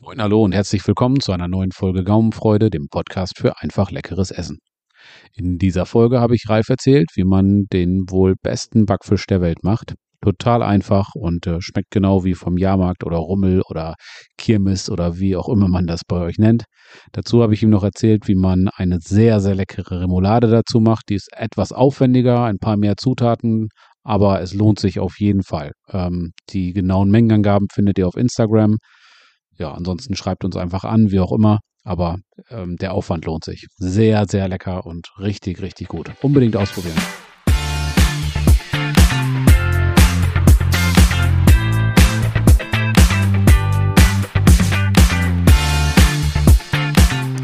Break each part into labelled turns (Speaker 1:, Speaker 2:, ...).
Speaker 1: Moin, hallo und herzlich willkommen zu einer neuen Folge Gaumenfreude, dem Podcast für einfach leckeres Essen. In dieser Folge habe ich Ralf erzählt, wie man den wohl besten Backfisch der Welt macht. Total einfach und äh, schmeckt genau wie vom Jahrmarkt oder Rummel oder Kirmes oder wie auch immer man das bei euch nennt. Dazu habe ich ihm noch erzählt, wie man eine sehr, sehr leckere Remoulade dazu macht. Die ist etwas aufwendiger, ein paar mehr Zutaten, aber es lohnt sich auf jeden Fall. Ähm, die genauen Mengenangaben findet ihr auf Instagram. Ja, ansonsten schreibt uns einfach an, wie auch immer. Aber ähm, der Aufwand lohnt sich. Sehr, sehr lecker und richtig, richtig gut. Unbedingt ausprobieren.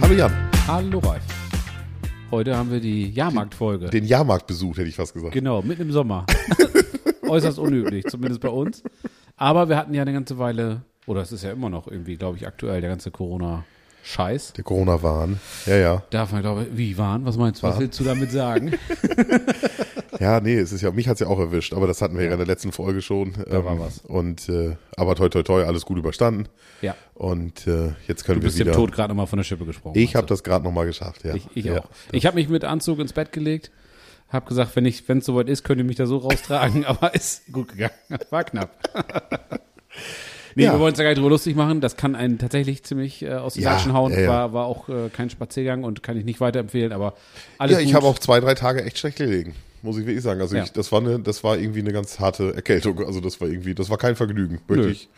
Speaker 2: Hallo Jan,
Speaker 1: Hallo Ralf. Heute haben wir die Jahrmarktfolge.
Speaker 2: den Jahrmarktbesuch hätte ich fast gesagt.
Speaker 1: Genau, mitten im Sommer. Äußerst unüblich, zumindest bei uns. Aber wir hatten ja eine ganze Weile, oder es ist ja immer noch irgendwie, glaube ich, aktuell der ganze Corona-Scheiß.
Speaker 2: Der Corona-Wahn. Ja, ja.
Speaker 1: Darf man, glaube ich, wie waren? Was meinst du? Was
Speaker 2: Wahn.
Speaker 1: willst du damit sagen?
Speaker 2: Ja, nee, es ist ja, mich hat es ja auch erwischt, aber das hatten wir ja in der letzten Folge schon. Da
Speaker 1: war was.
Speaker 2: Und, äh, aber toi, toi, toi, alles gut überstanden.
Speaker 1: ja.
Speaker 2: Und äh, jetzt können
Speaker 1: Du bist
Speaker 2: wir
Speaker 1: dem
Speaker 2: wieder.
Speaker 1: Tod gerade nochmal von der Schippe gesprungen.
Speaker 2: Ich habe
Speaker 1: meinst
Speaker 2: das gerade nochmal geschafft, ja.
Speaker 1: du? Ich, ich
Speaker 2: ja.
Speaker 1: auch. Ich habe mich mit Anzug ins Bett gelegt, habe gesagt, wenn ich, wenn es soweit ist, könnt ihr mich da so raustragen, aber ist gut gegangen. War knapp. Nee,
Speaker 2: Ja.
Speaker 1: wir wollen uns da gar nicht drüber lustig machen. Das kann einen tatsächlich ziemlich äh, aus den
Speaker 2: Ja,
Speaker 1: Latschen hauen.
Speaker 2: ja, ja.
Speaker 1: War, war auch äh, kein Spaziergang und kann ich nicht weiterempfehlen, aber alles
Speaker 2: Ja, ich
Speaker 1: gut.
Speaker 2: habe auch zwei, drei Tage echt schlecht gelegen, muss ich wirklich sagen. Also
Speaker 1: Ja.
Speaker 2: ich, das war eine, das war irgendwie eine ganz harte Erkältung. Also das war irgendwie, das war kein Vergnügen, möchte
Speaker 1: Nö.
Speaker 2: ich.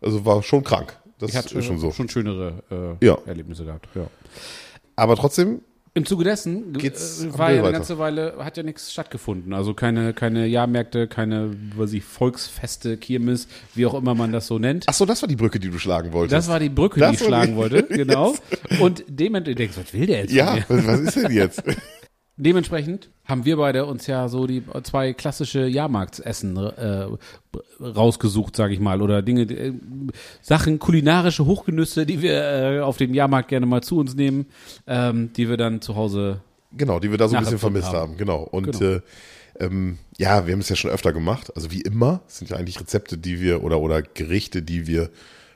Speaker 2: Also war schon krank. Das
Speaker 1: ich hatte äh,
Speaker 2: ist schon so.
Speaker 1: schon schönere äh,
Speaker 2: Ja.
Speaker 1: Erlebnisse gehabt. Ja.
Speaker 2: Aber trotzdem,
Speaker 1: Im Zuge dessen
Speaker 2: Geht's
Speaker 1: äh,
Speaker 2: am
Speaker 1: war
Speaker 2: Müll
Speaker 1: ja eine
Speaker 2: weiter.
Speaker 1: ganze Weile, hat ja nichts stattgefunden. Also keine, keine Jahrmärkte, keine, was ich, Volksfeste, Kirmes, wie auch immer man das so nennt.
Speaker 2: ach so, das war die Brücke, die du schlagen wolltest.
Speaker 1: Das war die Brücke, die
Speaker 2: Das
Speaker 1: ich
Speaker 2: war die-
Speaker 1: schlagen wollte, genau. Und dementsprechend, denkst, was will der jetzt? von
Speaker 2: ja,
Speaker 1: mir?
Speaker 2: was was ist denn jetzt?
Speaker 1: Dementsprechend haben wir beide uns ja so die zwei klassische Jahrmarktsessen äh, rausgesucht, sage ich mal, oder Dinge, äh, Sachen, kulinarische Hochgenüsse, die wir äh, auf dem Jahrmarkt gerne mal zu uns nehmen, ähm, die wir dann zu Hause
Speaker 2: Genau, die wir da so ein bisschen
Speaker 1: Nachempfunden
Speaker 2: vermisst
Speaker 1: haben.
Speaker 2: haben. Genau. Und
Speaker 1: Genau.
Speaker 2: Äh, ähm, ja, wir haben es ja schon öfter gemacht. Also wie immer es sind ja eigentlich Rezepte, die wir oder oder Gerichte, die wir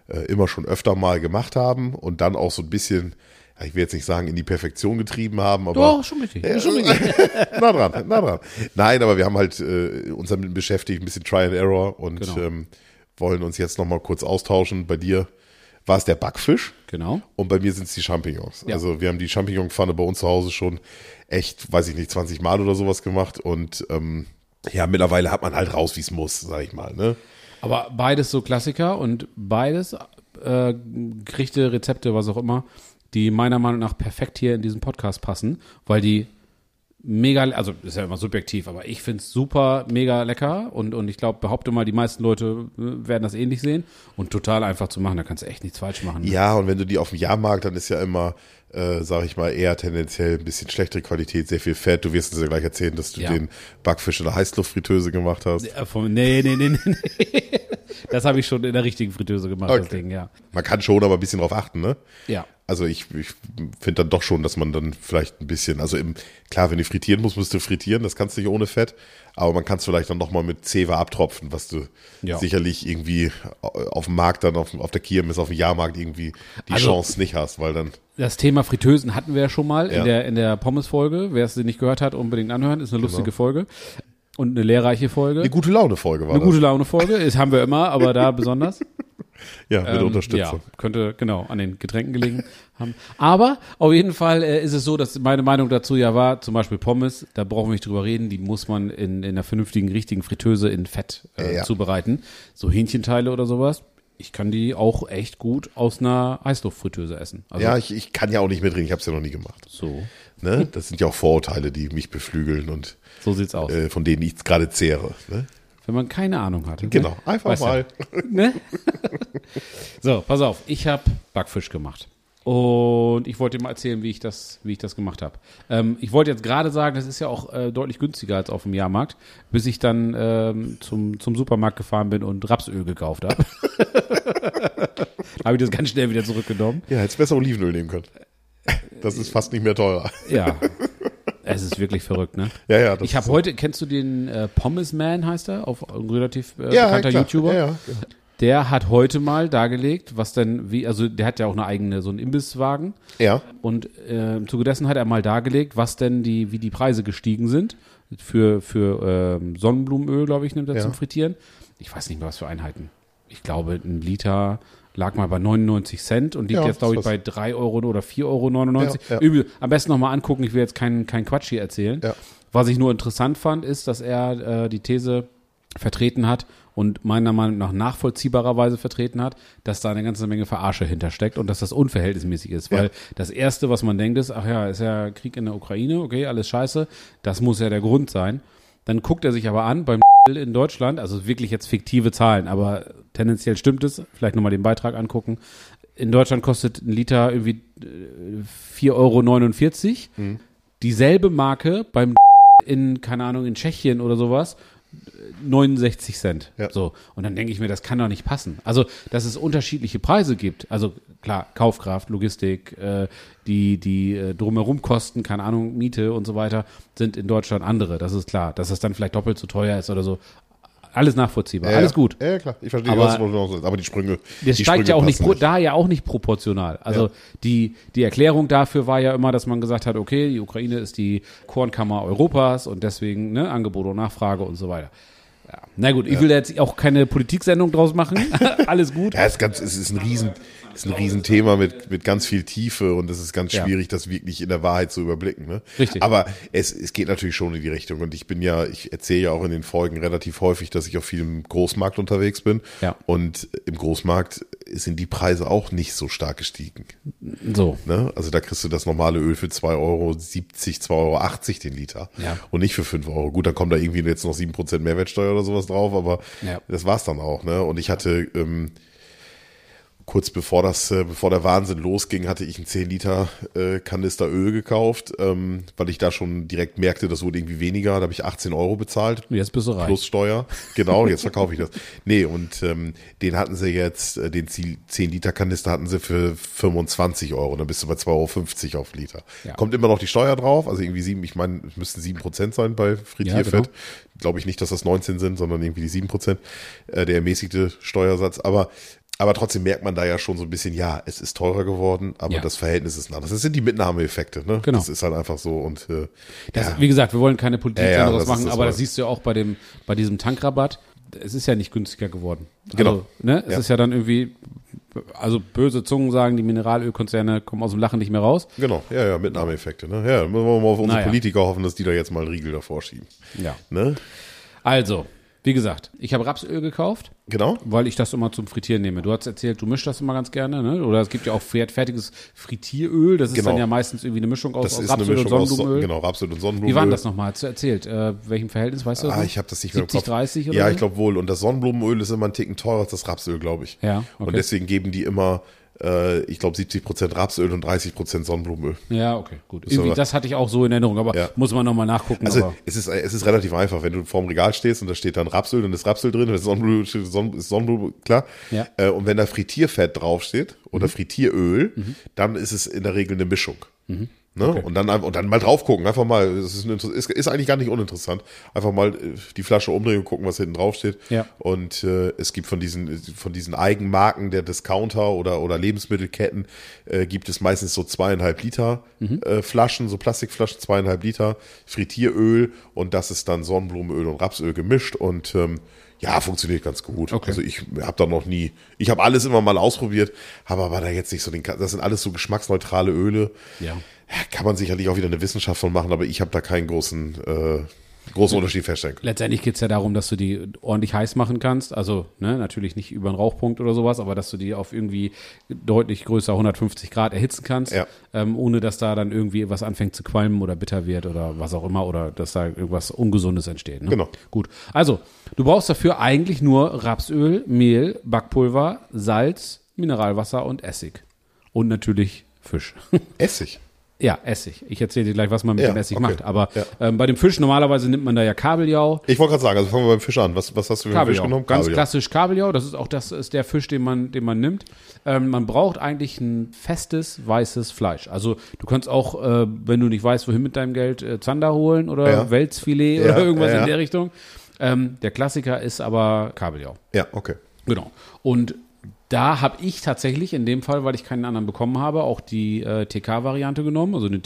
Speaker 2: äh, immer schon öfter mal gemacht haben und dann auch so ein bisschen, ja, ich will jetzt nicht sagen in die Perfektion getrieben haben, aber
Speaker 1: Doch, schon richtig.
Speaker 2: Ja,
Speaker 1: schon richtig.
Speaker 2: na dran, na dran. Nein, aber wir haben halt äh, uns damit beschäftigt, ein bisschen Try and Error und
Speaker 1: Genau.
Speaker 2: ähm, wollen uns jetzt noch mal kurz austauschen. Bei dir war es der Backfisch.
Speaker 1: Genau.
Speaker 2: Und bei mir sind es die Champignons.
Speaker 1: Ja.
Speaker 2: Also wir haben die Champignon-Pfanne bei uns zu Hause schon echt, weiß ich nicht, 20 Mal oder sowas gemacht. Und ähm, ja, mittlerweile hat man halt raus, wie es muss, sag ich mal. Ne?
Speaker 1: Aber beides so Klassiker und beides äh, Gerichte, Rezepte, was auch immer, die meiner Meinung nach perfekt hier in diesen Podcast passen, weil die mega, also ist ja immer subjektiv, aber ich finde es super, mega lecker und, und ich glaube, behaupte mal, die meisten Leute äh, werden das ähnlich sehen und total einfach zu machen, da kannst du echt nichts falsch machen. ne?
Speaker 2: Ja, und wenn du die auf dem Jahrmarkt, dann ist ja immer, äh, sag ich mal, eher tendenziell ein bisschen schlechtere Qualität, sehr viel Fett. Du wirst uns ja gleich erzählen, dass du
Speaker 1: Ja.
Speaker 2: den Backfisch in der Heißluftfritteuse gemacht hast.
Speaker 1: Äh, vom- Nee, nee, nee, nee, nee. Das habe ich schon in der richtigen Fritteuse gemacht, das
Speaker 2: Okay.
Speaker 1: Ding, ja.
Speaker 2: Man kann schon aber ein bisschen drauf achten, ne?
Speaker 1: Ja.
Speaker 2: Also ich, ich finde dann doch schon, dass man dann vielleicht ein bisschen, also im, klar, wenn du frittieren musst, musst du frittieren, das kannst du nicht ohne Fett, aber man kann es vielleicht dann nochmal mit Zewa abtropfen, was du
Speaker 1: Ja.
Speaker 2: sicherlich irgendwie äh, auf dem Markt dann, auf, auf der Kirmes, auf dem Jahrmarkt irgendwie die
Speaker 1: Also-
Speaker 2: Chance nicht hast, weil dann,
Speaker 1: Das Thema Fritteusen hatten wir ja schon mal in
Speaker 2: Ja.
Speaker 1: der, in der Pommes-Folge. Wer es nicht gehört hat, unbedingt anhören. Ist eine lustige Folge. Und eine lehrreiche Folge.
Speaker 2: Genau. eine
Speaker 1: Eine
Speaker 2: gute Laune-Folge war
Speaker 1: gute Laune-Folge. Das haben wir immer, aber da besonders.
Speaker 2: das. Ja, mit
Speaker 1: Ähm,
Speaker 2: Unterstützung.
Speaker 1: Ja, könnte genau an den Getränken gelegen haben. Aber auf jeden Fall äh, ist es so, dass meine Meinung dazu ja war, zum Beispiel Pommes, da brauchen wir nicht drüber reden, die muss man in, in einer vernünftigen, richtigen Fritteuse in Fett äh,
Speaker 2: Ja.
Speaker 1: zubereiten. So Hähnchenteile oder sowas. Ich kann die auch echt gut aus einer Eisluftfritteuse essen. Also
Speaker 2: Ja, ich, ich kann ja auch nicht mitreden, ich habe es ja noch nie gemacht.
Speaker 1: so.
Speaker 2: Ne? Das sind ja auch Vorurteile, die mich beflügeln und
Speaker 1: So sieht's aus.
Speaker 2: äh, von denen ich gerade zehre. Ne?
Speaker 1: Wenn man keine Ahnung hatte. ne?
Speaker 2: Genau, einfach
Speaker 1: Weißt du,
Speaker 2: mal.
Speaker 1: Ne? so, pass auf. Ich habe Backfisch gemacht. Und ich wollte dir mal erzählen, wie ich das, wie ich das gemacht habe. Ähm, ich wollte jetzt gerade sagen, das ist ja auch äh, deutlich günstiger als auf dem Jahrmarkt, bis ich dann ähm, zum, zum Supermarkt gefahren bin und Rapsöl gekauft habe. habe ich das ganz schnell wieder zurückgenommen.
Speaker 2: Ja, hättest besser Olivenöl nehmen können. Das ist fast nicht mehr teurer.
Speaker 1: Ja. Es ist wirklich verrückt, ne?
Speaker 2: Ja, ja. Das
Speaker 1: Ich habe
Speaker 2: ist-
Speaker 1: heute, kennst du den äh, Pommes Man heißt er, auf ein relativ äh,
Speaker 2: ja,
Speaker 1: bekannter
Speaker 2: klar.
Speaker 1: YouTuber?
Speaker 2: Ja, ja.
Speaker 1: Der hat heute mal dargelegt, was denn, wie, also der hat ja auch eine eigene, so einen Imbisswagen.
Speaker 2: Ja.
Speaker 1: Und äh, im Zuge dessen hat er mal dargelegt, was denn die, wie die Preise gestiegen sind. Für, für ähm, Sonnenblumenöl, glaube ich, nimmt er
Speaker 2: Ja.
Speaker 1: zum Frittieren. Ich weiß nicht mehr, was für Einheiten. Ich glaube, ein Liter lag mal bei 99 Cent und liegt
Speaker 2: Ja,
Speaker 1: jetzt, glaube ich,
Speaker 2: ist was.
Speaker 1: bei 3 Euro oder 4,99 Euro.
Speaker 2: Ja, ja.
Speaker 1: Übel. Am besten nochmal angucken, ich will jetzt keinen keinen Quatsch hier erzählen.
Speaker 2: Ja.
Speaker 1: Was ich nur interessant fand, ist, dass er äh, die These vertreten hat und meiner Meinung nach nachvollziehbarerweise vertreten hat, dass da eine ganze Menge Verarsche hintersteckt und dass das unverhältnismäßig ist. Weil
Speaker 2: Ja.
Speaker 1: das Erste, was man denkt, ist, ach ja, ist ja Krieg in der Ukraine, okay, alles scheiße, das muss ja der Grund sein. Dann guckt er sich aber an, beim in Deutschland, also wirklich jetzt fiktive Zahlen, aber tendenziell stimmt es, vielleicht nochmal den Beitrag angucken. In Deutschland kostet ein Liter irgendwie äh, 4,49 Euro.
Speaker 2: Mhm.
Speaker 1: Dieselbe Marke beim in, keine Ahnung, in Tschechien oder sowas, 69 Cent.
Speaker 2: Ja.
Speaker 1: So. Und dann denke ich mir, das kann doch nicht passen. Also, dass es unterschiedliche Preise gibt. Also, klar, Kaufkraft, Logistik, äh, die, die äh, drumherum Kosten, keine Ahnung, Miete und so weiter, sind in Deutschland andere. Das ist klar. Dass es dann vielleicht doppelt so teuer ist oder so. Alles nachvollziehbar. Alles
Speaker 2: ja.
Speaker 1: gut.
Speaker 2: Ja, ja, klar. Ich verstehe,
Speaker 1: Aber-
Speaker 2: was du noch sagst. Aber die Sprünge.
Speaker 1: Das
Speaker 2: die
Speaker 1: steigt
Speaker 2: Sprünge
Speaker 1: ja auch nicht,
Speaker 2: passen
Speaker 1: pro- da ja auch nicht proportional. Also
Speaker 2: Ja.
Speaker 1: die, die Erklärung dafür war ja immer, dass man gesagt hat, okay, die Ukraine ist die Kornkammer Europas und deswegen ne, Angebot und Nachfrage und so weiter. Ja. Na gut, ich will da jetzt auch keine Politiksendung draus machen. Alles gut.
Speaker 2: Ja, es ist, ganz, es ist ein riesen, es ist ein Riesenthema mit, mit ganz viel Tiefe und es ist ganz
Speaker 1: Ja.
Speaker 2: schwierig, das wirklich in der Wahrheit zu überblicken. Ne?
Speaker 1: Richtig.
Speaker 2: Aber es, es geht natürlich schon in die Richtung und ich bin ja, ich erzähle ja auch in den Folgen relativ häufig, dass ich auf viel im Großmarkt unterwegs bin
Speaker 1: Ja.
Speaker 2: und im Großmarkt sind die Preise auch nicht so stark gestiegen.
Speaker 1: So.
Speaker 2: Ne? Also da kriegst du das normale Öl für 2,70 Euro, 2,80 Euro den Liter
Speaker 1: Ja.
Speaker 2: und nicht für 5 Euro. Gut, dann kommen da irgendwie jetzt noch 7% Mehrwertsteuer oder sowas drauf, aber
Speaker 1: Ja.
Speaker 2: das war's dann auch. Ne? Und ich hatte ähm, kurz bevor das, äh, bevor der Wahnsinn losging, hatte ich einen 10 Liter äh, Kanister Öl gekauft, ähm, weil ich da schon direkt merkte, das wurde irgendwie weniger. Da habe ich 18 Euro bezahlt
Speaker 1: Jetzt bist du reich.
Speaker 2: plus Steuer. Genau, jetzt verkaufe ich das. Nee, und ähm, den hatten sie jetzt, äh, den 10-Liter-Kanister hatten sie für 25 Euro. Dann bist du bei 2,50 Euro auf Liter.
Speaker 1: Ja.
Speaker 2: Kommt immer noch die Steuer drauf. Also irgendwie sieben, ich meine, es müssten 7% sein bei Frittierfett.
Speaker 1: Ja, genau.
Speaker 2: Glaube ich nicht, dass das 19 sind, sondern irgendwie die 7%, äh, der ermäßigte Steuersatz. Aber aber trotzdem merkt man da ja schon so ein bisschen, ja, es ist teurer geworden, aber
Speaker 1: Ja.
Speaker 2: das Verhältnis ist ein anderes. Das sind die Mitnahmeeffekte, ne?
Speaker 1: Genau.
Speaker 2: Das ist halt einfach so und äh,
Speaker 1: Das,
Speaker 2: ja.
Speaker 1: Wie gesagt, wir wollen keine Politik
Speaker 2: Ja, ja,
Speaker 1: daraus
Speaker 2: das
Speaker 1: machen,
Speaker 2: ist das
Speaker 1: aber das
Speaker 2: Wort.
Speaker 1: siehst du ja auch bei, dem, bei diesem Tankrabatt. Es ist ja nicht günstiger geworden. Also,
Speaker 2: Genau.
Speaker 1: ne? Es
Speaker 2: Ja.
Speaker 1: ist ja dann irgendwie, also böse Zungen sagen, die Mineralölkonzerne kommen aus dem Lachen nicht mehr raus.
Speaker 2: Genau, ja, ja, Mitnahmeeffekte. Ne? Ja, dann müssen wir mal auf unsere
Speaker 1: Naja.
Speaker 2: Politiker hoffen, dass die da jetzt mal einen Riegel davor schieben.
Speaker 1: Ja.
Speaker 2: Ne?
Speaker 1: Also, wie gesagt, ich habe Rapsöl gekauft,
Speaker 2: Genau?
Speaker 1: weil ich das immer zum Frittieren nehme. Du hast erzählt, du mischst das immer ganz gerne, ne? Oder es gibt ja auch fert- fertiges Frittieröl. Das ist
Speaker 2: Genau.
Speaker 1: dann ja meistens irgendwie eine Mischung aus,
Speaker 2: Das
Speaker 1: aus
Speaker 2: ist
Speaker 1: Rapsöl
Speaker 2: eine Mischung
Speaker 1: und
Speaker 2: aus
Speaker 1: Sonnenblumenöl.
Speaker 2: Son- genau, Rapsöl und Sonnenblumenöl.
Speaker 1: Wie war denn das nochmal? Hast du erzählt? Äh, welchem Verhältnis weißt du?
Speaker 2: Ah, ich habe das nicht mehr
Speaker 1: 70,
Speaker 2: im Kopf.
Speaker 1: 30 oder
Speaker 2: Ja,
Speaker 1: so?
Speaker 2: ich glaube wohl. Und das Sonnenblumenöl ist immer ein Ticken teurer als das Rapsöl, glaube ich.
Speaker 1: Ja, okay.
Speaker 2: Und deswegen geben die immer, äh, ich glaube, 70% Rapsöl und 30% Sonnenblumenöl.
Speaker 1: Ja, okay, gut. Irgendwie,
Speaker 2: aber-
Speaker 1: das hatte ich auch so in Erinnerung, aber
Speaker 2: Ja.
Speaker 1: muss man nochmal nachgucken.
Speaker 2: Also
Speaker 1: aber
Speaker 2: es ist, es ist relativ einfach, wenn du vorm Regal stehst und da steht dann Rapsöl, dann ist Rapsöl drin, dann ist Sonnenblumenöl, steht Sonnen- ist Sonnenblumenöl klar.
Speaker 1: Ja. Mhm.
Speaker 2: Äh, und wenn da Frittierfett draufsteht oder Frittieröl, dann ist es in der Regel eine Mischung. Ne? Und, dann, ein- und dann mal drauf gucken, einfach mal, es ist, ein Inter- ist, ist eigentlich gar nicht uninteressant, einfach mal äh, die Flasche umdrehen und gucken, was hinten drauf steht.
Speaker 1: Ja.
Speaker 2: Und äh, es gibt von diesen, von diesen Eigenmarken der Discounter oder, oder Lebensmittelketten, äh, gibt es meistens so zweieinhalb Liter
Speaker 1: Mhm.
Speaker 2: äh, Flaschen, so Plastikflaschen, zweieinhalb Liter Frittieröl und das ist dann Sonnenblumenöl und Rapsöl gemischt und ähm, ja, funktioniert ganz gut.
Speaker 1: Okay.
Speaker 2: Also ich habe da noch nie, ich habe alles immer mal ausprobiert, habe aber da jetzt nicht so den, das sind alles so geschmacksneutrale Öle.
Speaker 1: Ja.
Speaker 2: Kann man sicherlich auch wieder eine Wissenschaft von machen, aber ich habe da keinen großen, äh, großen Unterschied feststellen können.
Speaker 1: letztendlich geht's ja darum, dass du die ordentlich heiß machen kannst. Also, ne, natürlich nicht über einen Rauchpunkt oder sowas, aber dass du die auf irgendwie deutlich größer 150 Grad erhitzen kannst,
Speaker 2: Ja.
Speaker 1: ähm, ohne dass da dann irgendwie was anfängt zu qualmen oder bitter wird oder was auch immer oder dass da irgendwas Ungesundes entsteht. Ne?
Speaker 2: Genau.
Speaker 1: Gut. Also, du brauchst dafür eigentlich nur Rapsöl, Mehl, Backpulver, Salz, Mineralwasser und Essig. Und natürlich Fisch.
Speaker 2: Essig.
Speaker 1: Ja, Essig. Ich erzähle dir gleich, was man mit
Speaker 2: Ja,
Speaker 1: dem Essig
Speaker 2: okay.
Speaker 1: macht. Aber
Speaker 2: Ja.
Speaker 1: ähm, bei dem Fisch normalerweise nimmt man da ja Kabeljau.
Speaker 2: Ich wollte gerade sagen, also fangen wir beim Fisch an. Was, was hast du für einen
Speaker 1: Kabeljau.
Speaker 2: Fisch genommen?
Speaker 1: Ganz
Speaker 2: Kabeljau.
Speaker 1: klassisch Kabeljau. Das ist auch das ist der Fisch, den man, den man nimmt. Ähm, man braucht eigentlich ein festes weißes Fleisch. Also du kannst auch, äh, wenn du nicht weißt, wohin mit deinem Geld, äh, Zander holen oder
Speaker 2: Ja.
Speaker 1: Welsfilet
Speaker 2: Ja,
Speaker 1: oder irgendwas
Speaker 2: ja, ja.
Speaker 1: in der Richtung. Ähm, der Klassiker ist aber Kabeljau.
Speaker 2: Ja, okay.
Speaker 1: Genau. Und da habe ich tatsächlich in dem Fall, weil ich keinen anderen bekommen habe, auch die äh, TK-Variante genommen, also eine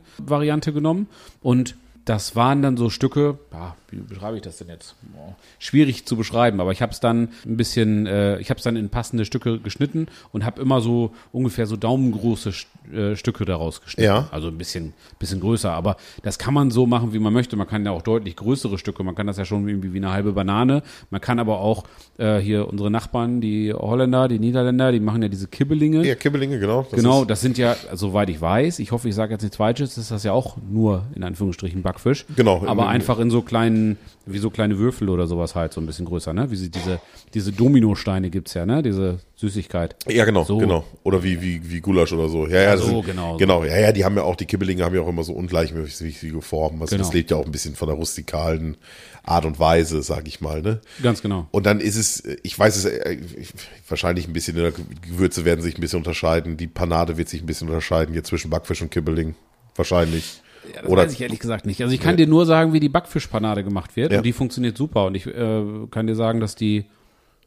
Speaker 1: Tiefkühl-Variante genommen. Und das waren dann so Stücke, ja, wie beschreibe ich das denn jetzt? Boah, schwierig zu beschreiben, aber ich habe es dann ein bisschen, äh, ich habe es dann in passende Stücke geschnitten und habe immer so ungefähr so daumengroße Sch- äh, Stücke daraus geschnitten.
Speaker 2: Ja.
Speaker 1: Also ein bisschen, bisschen größer, aber das kann man so machen, wie man möchte. Man kann ja auch deutlich größere Stücke, man kann das ja schon irgendwie wie eine halbe Banane. Man kann aber auch äh, hier unsere Nachbarn, die Holländer, die Niederländer, die machen ja diese Kibbelinge.
Speaker 2: Ja, Kibbelinge, genau. Das
Speaker 1: Genau,
Speaker 2: Ist,
Speaker 1: das sind ja, soweit ich weiß, ich hoffe, ich sage jetzt nichts Falsches, ist das ja auch nur in Anführungsstrichen Backfisch.
Speaker 2: Genau.
Speaker 1: Aber
Speaker 2: In-
Speaker 1: einfach in so kleinen, wie so kleine Würfel oder sowas halt, so ein bisschen größer, ne? Wie sie diese, diese Dominosteine gibt's ja, ne? Diese Süßigkeit.
Speaker 2: ja, genau,
Speaker 1: So.
Speaker 2: genau. Oder wie, wie, wie Gulasch oder so. Ja, ja, das
Speaker 1: So,
Speaker 2: sind-
Speaker 1: genau.
Speaker 2: Genau, ja, ja, die haben ja auch, die Kibbelinge haben ja auch immer so ungleichmäßige Formen. Also
Speaker 1: Genau.
Speaker 2: das lebt ja auch ein bisschen von der rustikalen Art und Weise, sag ich mal, ne?
Speaker 1: Ganz genau.
Speaker 2: Und dann ist es, ich weiß es, äh, ich- wahrscheinlich ein bisschen, in der Gewürze werden sich ein bisschen unterscheiden, die Panade wird sich ein bisschen unterscheiden, hier zwischen Backfisch und Kibbeling. Wahrscheinlich.
Speaker 1: Ja, das
Speaker 2: Oder-
Speaker 1: weiß ich ehrlich gesagt nicht. Also ich kann dir nur sagen, wie die Backfischpanade gemacht wird.
Speaker 2: Ja.
Speaker 1: Und die funktioniert super. Und ich äh, kann dir sagen, dass die,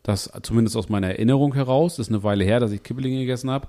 Speaker 1: das zumindest aus meiner Erinnerung heraus, ist eine Weile her, dass ich Kibbelinge gegessen habe,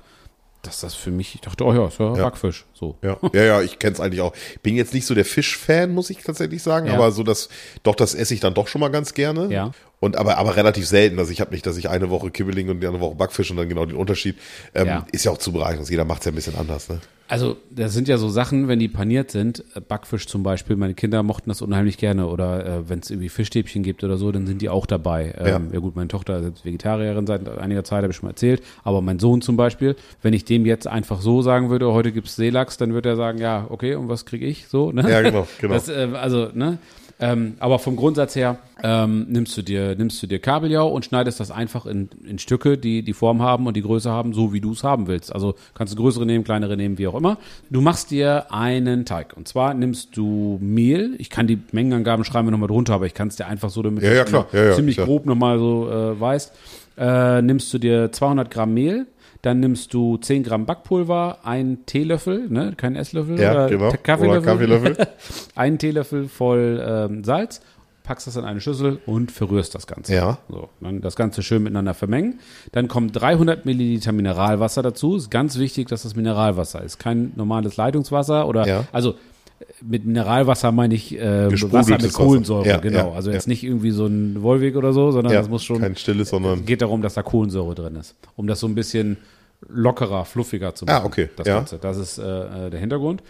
Speaker 1: dass das für mich, ich dachte, oh ja, ist ja, Backfisch. So.
Speaker 2: Ja, ja, ja, ich kenne es eigentlich auch. Bin jetzt nicht so der Fischfan, muss ich tatsächlich sagen,
Speaker 1: Ja.
Speaker 2: aber so das, doch, das esse ich dann doch schon mal ganz gerne.
Speaker 1: Ja.
Speaker 2: Und aber, aber relativ selten. Also ich habe nicht, dass ich eine Woche Kibbeling und die andere Woche Backfisch und dann genau den Unterschied. Ähm,
Speaker 1: Ja.
Speaker 2: Ist ja auch Zubereitung, also jeder macht es ja ein bisschen anders, ne?
Speaker 1: Also, das sind ja so Sachen, wenn die paniert sind. äh, Backfisch zum Beispiel, meine Kinder mochten das unheimlich gerne. Oder äh, wenn es irgendwie Fischstäbchen gibt oder so, dann sind die auch dabei. Ähm, ja. gut, meine Tochter ist jetzt Vegetarierin seit einiger Zeit, habe ich schon mal erzählt. Aber mein Sohn zum Beispiel, wenn ich dem jetzt einfach so sagen würde, heute gibt's Seelachs, dann würde er sagen, ja, okay, und was kriege ich? So, ne?
Speaker 2: Ja, genau, genau.
Speaker 1: Das, äh, also, ne? Ähm, aber vom Grundsatz her ähm, nimmst du dir nimmst du dir Kabeljau und schneidest das einfach in, in Stücke, die die Form haben und die Größe haben, so wie du es haben willst. Also kannst du größere nehmen, kleinere nehmen, wie auch immer. Du machst dir einen Teig und zwar nimmst du Mehl. Ich kann die Mengenangaben schreiben wir nochmal drunter, aber ich kann es dir einfach so damit
Speaker 2: Ja, ja, klar. Ja, ja,
Speaker 1: ziemlich
Speaker 2: klar.
Speaker 1: grob nochmal so äh, weißt. Äh, nimmst du dir 200 Gramm Mehl, dann nimmst du 10 Gramm Backpulver, einen Teelöffel, ne, kein Esslöffel,
Speaker 2: Ja,
Speaker 1: oder
Speaker 2: genau.
Speaker 1: Te- Kaffeelöffel,
Speaker 2: Oder Kaffeelöffel.
Speaker 1: einen Teelöffel voll ähm, Salz, packst das in eine Schüssel und verrührst das Ganze.
Speaker 2: Ja.
Speaker 1: So, dann das Ganze schön miteinander vermengen. Dann kommen 300 Milliliter Mineralwasser dazu. Ist ganz wichtig, dass das Mineralwasser ist. Kein normales Leitungswasser oder,
Speaker 2: Ja.
Speaker 1: also äh, mit Mineralwasser meine ich äh,
Speaker 2: Gesprudeltes
Speaker 1: Wasser mit
Speaker 2: Wasser.
Speaker 1: Kohlensäure,
Speaker 2: Ja,
Speaker 1: genau.
Speaker 2: ja,
Speaker 1: also jetzt
Speaker 2: ja.
Speaker 1: nicht irgendwie so ein Wollweg oder so, sondern
Speaker 2: ja,
Speaker 1: das muss schon äh,
Speaker 2: kein stilles, sondern.
Speaker 1: geht darum, dass da Kohlensäure drin ist, um das so ein bisschen lockerer, fluffiger zu
Speaker 2: Ah,
Speaker 1: machen.
Speaker 2: okay,
Speaker 1: Das,
Speaker 2: ja.
Speaker 1: Ganze. das ist äh, äh, der Hintergrund.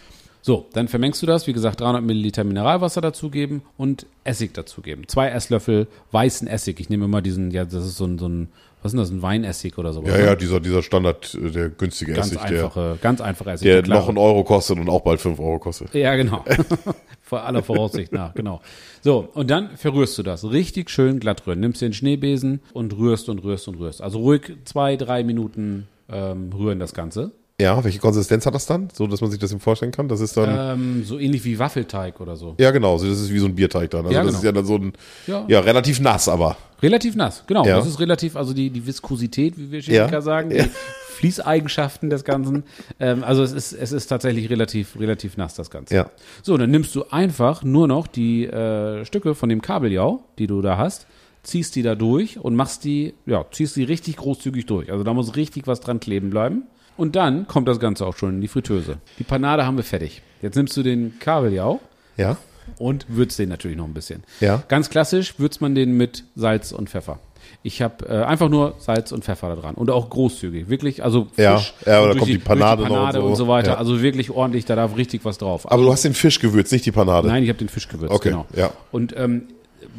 Speaker 1: So, dann vermengst du das, wie gesagt, 300 Milliliter Mineralwasser dazugeben und Essig dazugeben. Zwei Esslöffel weißen Essig. Ich nehme immer diesen, ja, das ist so ein, so ein was ist denn das, ein Weinessig oder sowas.
Speaker 2: Ja,
Speaker 1: ne?
Speaker 2: ja, dieser, dieser Standard, äh, der günstige
Speaker 1: ganz
Speaker 2: Essig, der,
Speaker 1: einfache, ganz einfache Essig.
Speaker 2: der
Speaker 1: eine klare-
Speaker 2: noch einen Euro kostet und auch bald fünf Euro kostet.
Speaker 1: ja, genau. Vor aller Voraussicht nach, genau. So, und dann verrührst du das. Richtig schön glatt rühren. Nimmst den Schneebesen und rührst und rührst und rührst. Also ruhig zwei, drei Minuten ähm, rühren das Ganze.
Speaker 2: Ja, welche Konsistenz hat das dann? So, dass man sich das eben vorstellen kann. Das ist dann.
Speaker 1: Ähm, so ähnlich wie Waffelteig oder so.
Speaker 2: Ja, genau. So, das ist wie so ein Bierteig dann. Also
Speaker 1: Ja,
Speaker 2: das
Speaker 1: genau.
Speaker 2: ist ja dann so ein,
Speaker 1: Ja.
Speaker 2: ja. relativ nass, aber.
Speaker 1: Relativ nass, genau.
Speaker 2: Ja.
Speaker 1: Das ist relativ, also die, die Viskosität, wie wir Chemiker
Speaker 2: Ja.
Speaker 1: sagen, die Fließeigenschaften des Ganzen. ähm, also es ist, es ist tatsächlich relativ, relativ nass, das Ganze.
Speaker 2: Ja.
Speaker 1: So, dann nimmst du einfach nur noch die äh, Stücke von dem Kabeljau, die du da hast, ziehst die da durch und machst die, ja, ziehst die richtig großzügig durch. Also da muss richtig was dran kleben bleiben. Und dann kommt das Ganze auch schon in die Fritteuse. Die Panade haben wir fertig. Jetzt nimmst du den Kabeljau,
Speaker 2: Ja.
Speaker 1: und würzt den natürlich noch ein bisschen.
Speaker 2: Ja.
Speaker 1: Ganz klassisch würzt man den mit Salz und Pfeffer. Ich habe äh, einfach nur Salz und Pfeffer da dran und auch großzügig, wirklich, also frisch.
Speaker 2: Ja, ja,
Speaker 1: und
Speaker 2: da
Speaker 1: durch
Speaker 2: kommt die
Speaker 1: durch
Speaker 2: Panade noch und
Speaker 1: Panade und, so.
Speaker 2: so.
Speaker 1: weiter,
Speaker 2: Ja.
Speaker 1: also wirklich ordentlich, da darf richtig was drauf.
Speaker 2: Aber du hast den Fisch gewürzt, nicht die Panade.
Speaker 1: Nein, ich habe den Fisch gewürzt,
Speaker 2: Okay,
Speaker 1: genau.
Speaker 2: ja.
Speaker 1: Und ähm,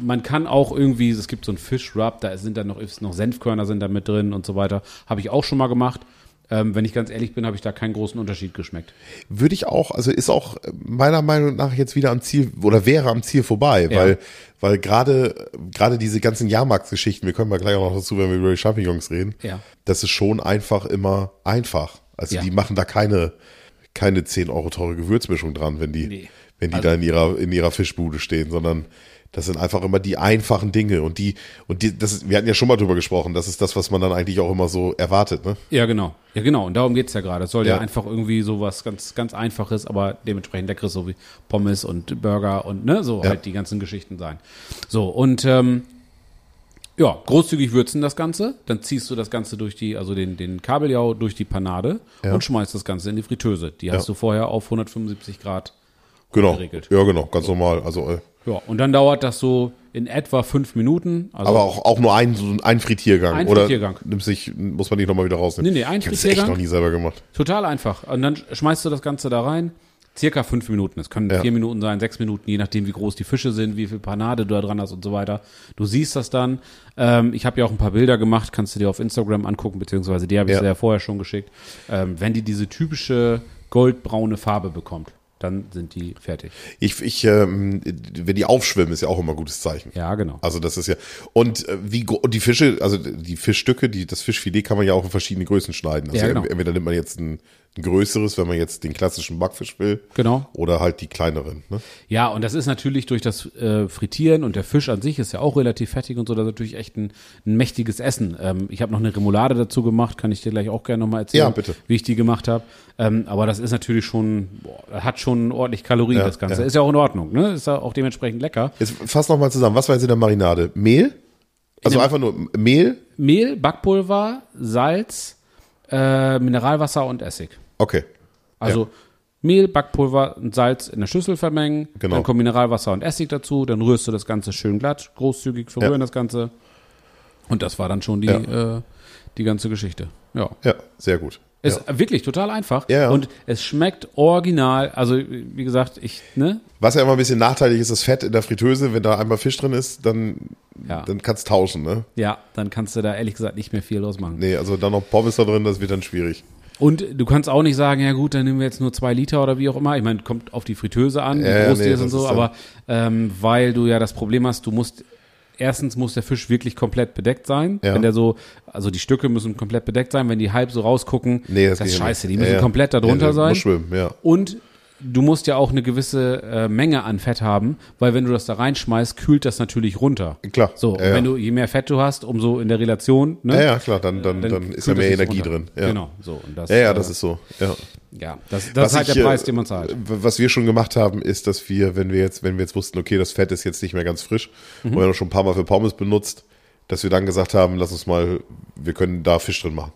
Speaker 1: man kann auch irgendwie, es gibt so einen Fischrub, da sind dann noch, ist noch Senfkörner sind da mit drin und so weiter. Habe ich auch schon mal gemacht. Ähm, wenn ich ganz ehrlich bin, habe ich da keinen großen Unterschied geschmeckt.
Speaker 2: Würde ich auch, also ist auch meiner Meinung nach jetzt wieder am Ziel oder wäre am Ziel vorbei,
Speaker 1: Ja.
Speaker 2: weil, weil gerade, gerade diese ganzen Jahrmarktgeschichten, wir kommen ja gleich auch noch dazu, wenn wir über die Champignons reden,
Speaker 1: Ja.
Speaker 2: das ist schon einfach immer einfach. Also
Speaker 1: Ja.
Speaker 2: die machen da keine, keine 10 Euro teure Gewürzmischung dran, wenn die,
Speaker 1: Nee. Also
Speaker 2: wenn die da in ihrer, in ihrer Fischbude stehen, sondern das sind einfach immer die einfachen Dinge und die, und die, das ist, wir hatten ja schon mal drüber gesprochen, das ist das, was man dann eigentlich auch immer so erwartet, ne?
Speaker 1: Ja, genau. Ja, genau. Und darum geht's ja gerade. Es soll ja.
Speaker 2: Ja.
Speaker 1: einfach irgendwie sowas ganz, ganz Einfaches, aber dementsprechend Leckeres, so wie Pommes und Burger und ne, so halt die ganzen Geschichten sein. So, und ähm, Ja, großzügig würzen das Ganze, dann ziehst du das Ganze durch die, also den, den Kabeljau durch die Panade
Speaker 2: Ja.
Speaker 1: und schmeißt das Ganze in die Fritteuse. Die hast du
Speaker 2: Ja.
Speaker 1: vorher auf 175 Grad.
Speaker 2: Genau.
Speaker 1: geregelt.
Speaker 2: Ja, genau, ganz normal. Also, äh,
Speaker 1: Ja, und dann dauert das so in etwa fünf Minuten. Also
Speaker 2: aber auch, auch nur ein, so ein Frittiergang.
Speaker 1: Ein
Speaker 2: oder
Speaker 1: Frittiergang.
Speaker 2: Nimmst dich, muss man nicht nochmal wieder rausnehmen.
Speaker 1: Nee, nee, ein
Speaker 2: ich hab's echt
Speaker 1: Frittiergang.
Speaker 2: noch nie selber gemacht.
Speaker 1: total einfach. Und dann schmeißt du das Ganze da rein. Circa fünf Minuten. Es können
Speaker 2: Ja.
Speaker 1: vier Minuten sein, sechs Minuten, je nachdem, wie groß die Fische sind, wie viel Panade du da dran hast und so weiter. Du siehst das dann. Ähm, ich habe ja auch ein paar Bilder gemacht, kannst du dir auf Instagram angucken, beziehungsweise die habe ich
Speaker 2: Ja.
Speaker 1: dir ja vorher schon geschickt. Ähm, wenn die diese typische goldbraune Farbe bekommt, dann sind die fertig.
Speaker 2: Ich, ich, ähm, wenn die aufschwimmen, ist ja auch immer ein gutes Zeichen.
Speaker 1: Ja, genau.
Speaker 2: Also das ist ja und äh, wie gro- und die Fische, also die Fischstücke, die das Fischfilet kann man ja auch in verschiedene Größen schneiden. Also
Speaker 1: Ja, genau.
Speaker 2: entweder nimmt man jetzt ein, ein größeres, wenn man jetzt den klassischen Backfisch will,
Speaker 1: Genau.
Speaker 2: oder halt die kleineren. Ne?
Speaker 1: Ja, und das ist natürlich durch das äh, Frittieren und der Fisch an sich ist ja auch relativ fettig und so, das ist natürlich echt ein, ein mächtiges Essen. Ähm, ich habe noch eine Remoulade dazu gemacht, kann ich dir gleich auch gerne nochmal erzählen,
Speaker 2: Ja, bitte.
Speaker 1: wie ich die gemacht habe. Ähm, aber das ist natürlich schon, boah, das hat schon ordentlich Kalorien,
Speaker 2: Ja,
Speaker 1: das Ganze.
Speaker 2: ja.
Speaker 1: Ist ja auch in Ordnung, ne? Ist ja auch dementsprechend lecker.
Speaker 2: Jetzt fass noch mal zusammen. Was war jetzt in der Marinade? Mehl? Also
Speaker 1: der-
Speaker 2: einfach nur Mehl?
Speaker 1: Mehl, Backpulver, Salz, äh, Mineralwasser und Essig.
Speaker 2: Okay.
Speaker 1: Also Mehl, Backpulver und Salz in der Schüssel vermengen.
Speaker 2: Genau.
Speaker 1: Dann kommt Mineralwasser und Essig dazu. Dann rührst du das Ganze schön glatt, großzügig verrühren
Speaker 2: Ja.
Speaker 1: das Ganze. Und das war dann schon die, äh, die ganze Geschichte. Ja.
Speaker 2: Ja, sehr gut.
Speaker 1: Ist wirklich total einfach.
Speaker 2: Ja, ja.
Speaker 1: Und es schmeckt original. Also, wie gesagt, ich, ne?
Speaker 2: Was ja immer ein bisschen nachteilig ist, das Fett in der Fritteuse, wenn da einmal Fisch drin ist, dann,
Speaker 1: Ja.
Speaker 2: dann kannst du tauschen, ne?
Speaker 1: Ja, dann kannst du da ehrlich gesagt nicht mehr viel losmachen.
Speaker 2: Nee, also dann noch Pommes da drin, das wird dann schwierig.
Speaker 1: Und du kannst auch nicht sagen, ja gut, dann nehmen wir jetzt nur zwei Liter oder wie auch immer. Ich meine, kommt auf die Fritteuse an, wie
Speaker 2: Ja, ja,
Speaker 1: groß
Speaker 2: nee,
Speaker 1: die ist und
Speaker 2: das
Speaker 1: so,
Speaker 2: ist dann-
Speaker 1: aber ähm, weil du ja das Problem hast, du musst erstens muss der Fisch wirklich komplett bedeckt sein.
Speaker 2: Ja.
Speaker 1: Wenn der so, also die Stücke müssen komplett bedeckt sein, wenn die halb so rausgucken,
Speaker 2: Nee,
Speaker 1: das,
Speaker 2: geht
Speaker 1: ist
Speaker 2: nicht.
Speaker 1: scheiße, die
Speaker 2: Ja,
Speaker 1: müssen
Speaker 2: ja.
Speaker 1: komplett
Speaker 2: Ja,
Speaker 1: darunter
Speaker 2: der
Speaker 1: sein.
Speaker 2: Muss schwimmen, ja.
Speaker 1: Und du musst ja auch eine gewisse äh, Menge an Fett haben, weil wenn du das da reinschmeißt, kühlt das natürlich runter.
Speaker 2: Klar.
Speaker 1: So,
Speaker 2: Ja, ja.
Speaker 1: wenn du, je mehr Fett du hast, umso in der Relation, ne?
Speaker 2: Ja, ja, klar, dann, dann, dann, ist ja
Speaker 1: kühlt
Speaker 2: mehr
Speaker 1: das nicht
Speaker 2: Energie
Speaker 1: runter.
Speaker 2: drin. Ja.
Speaker 1: Genau, so. Und das,
Speaker 2: Ja, ja,
Speaker 1: äh,
Speaker 2: das ist so. Ja.
Speaker 1: ja, das, das ist halt
Speaker 2: ich,
Speaker 1: der Preis,
Speaker 2: äh,
Speaker 1: den man zahlt.
Speaker 2: Was wir schon gemacht haben, ist, dass wir, wenn wir jetzt, wenn wir jetzt wussten, okay, das Fett ist jetzt nicht mehr ganz frisch
Speaker 1: Mhm.
Speaker 2: und wir haben das schon ein paar Mal für Pommes benutzt, dass wir dann gesagt haben, lass uns mal, wir können da Fisch drin machen.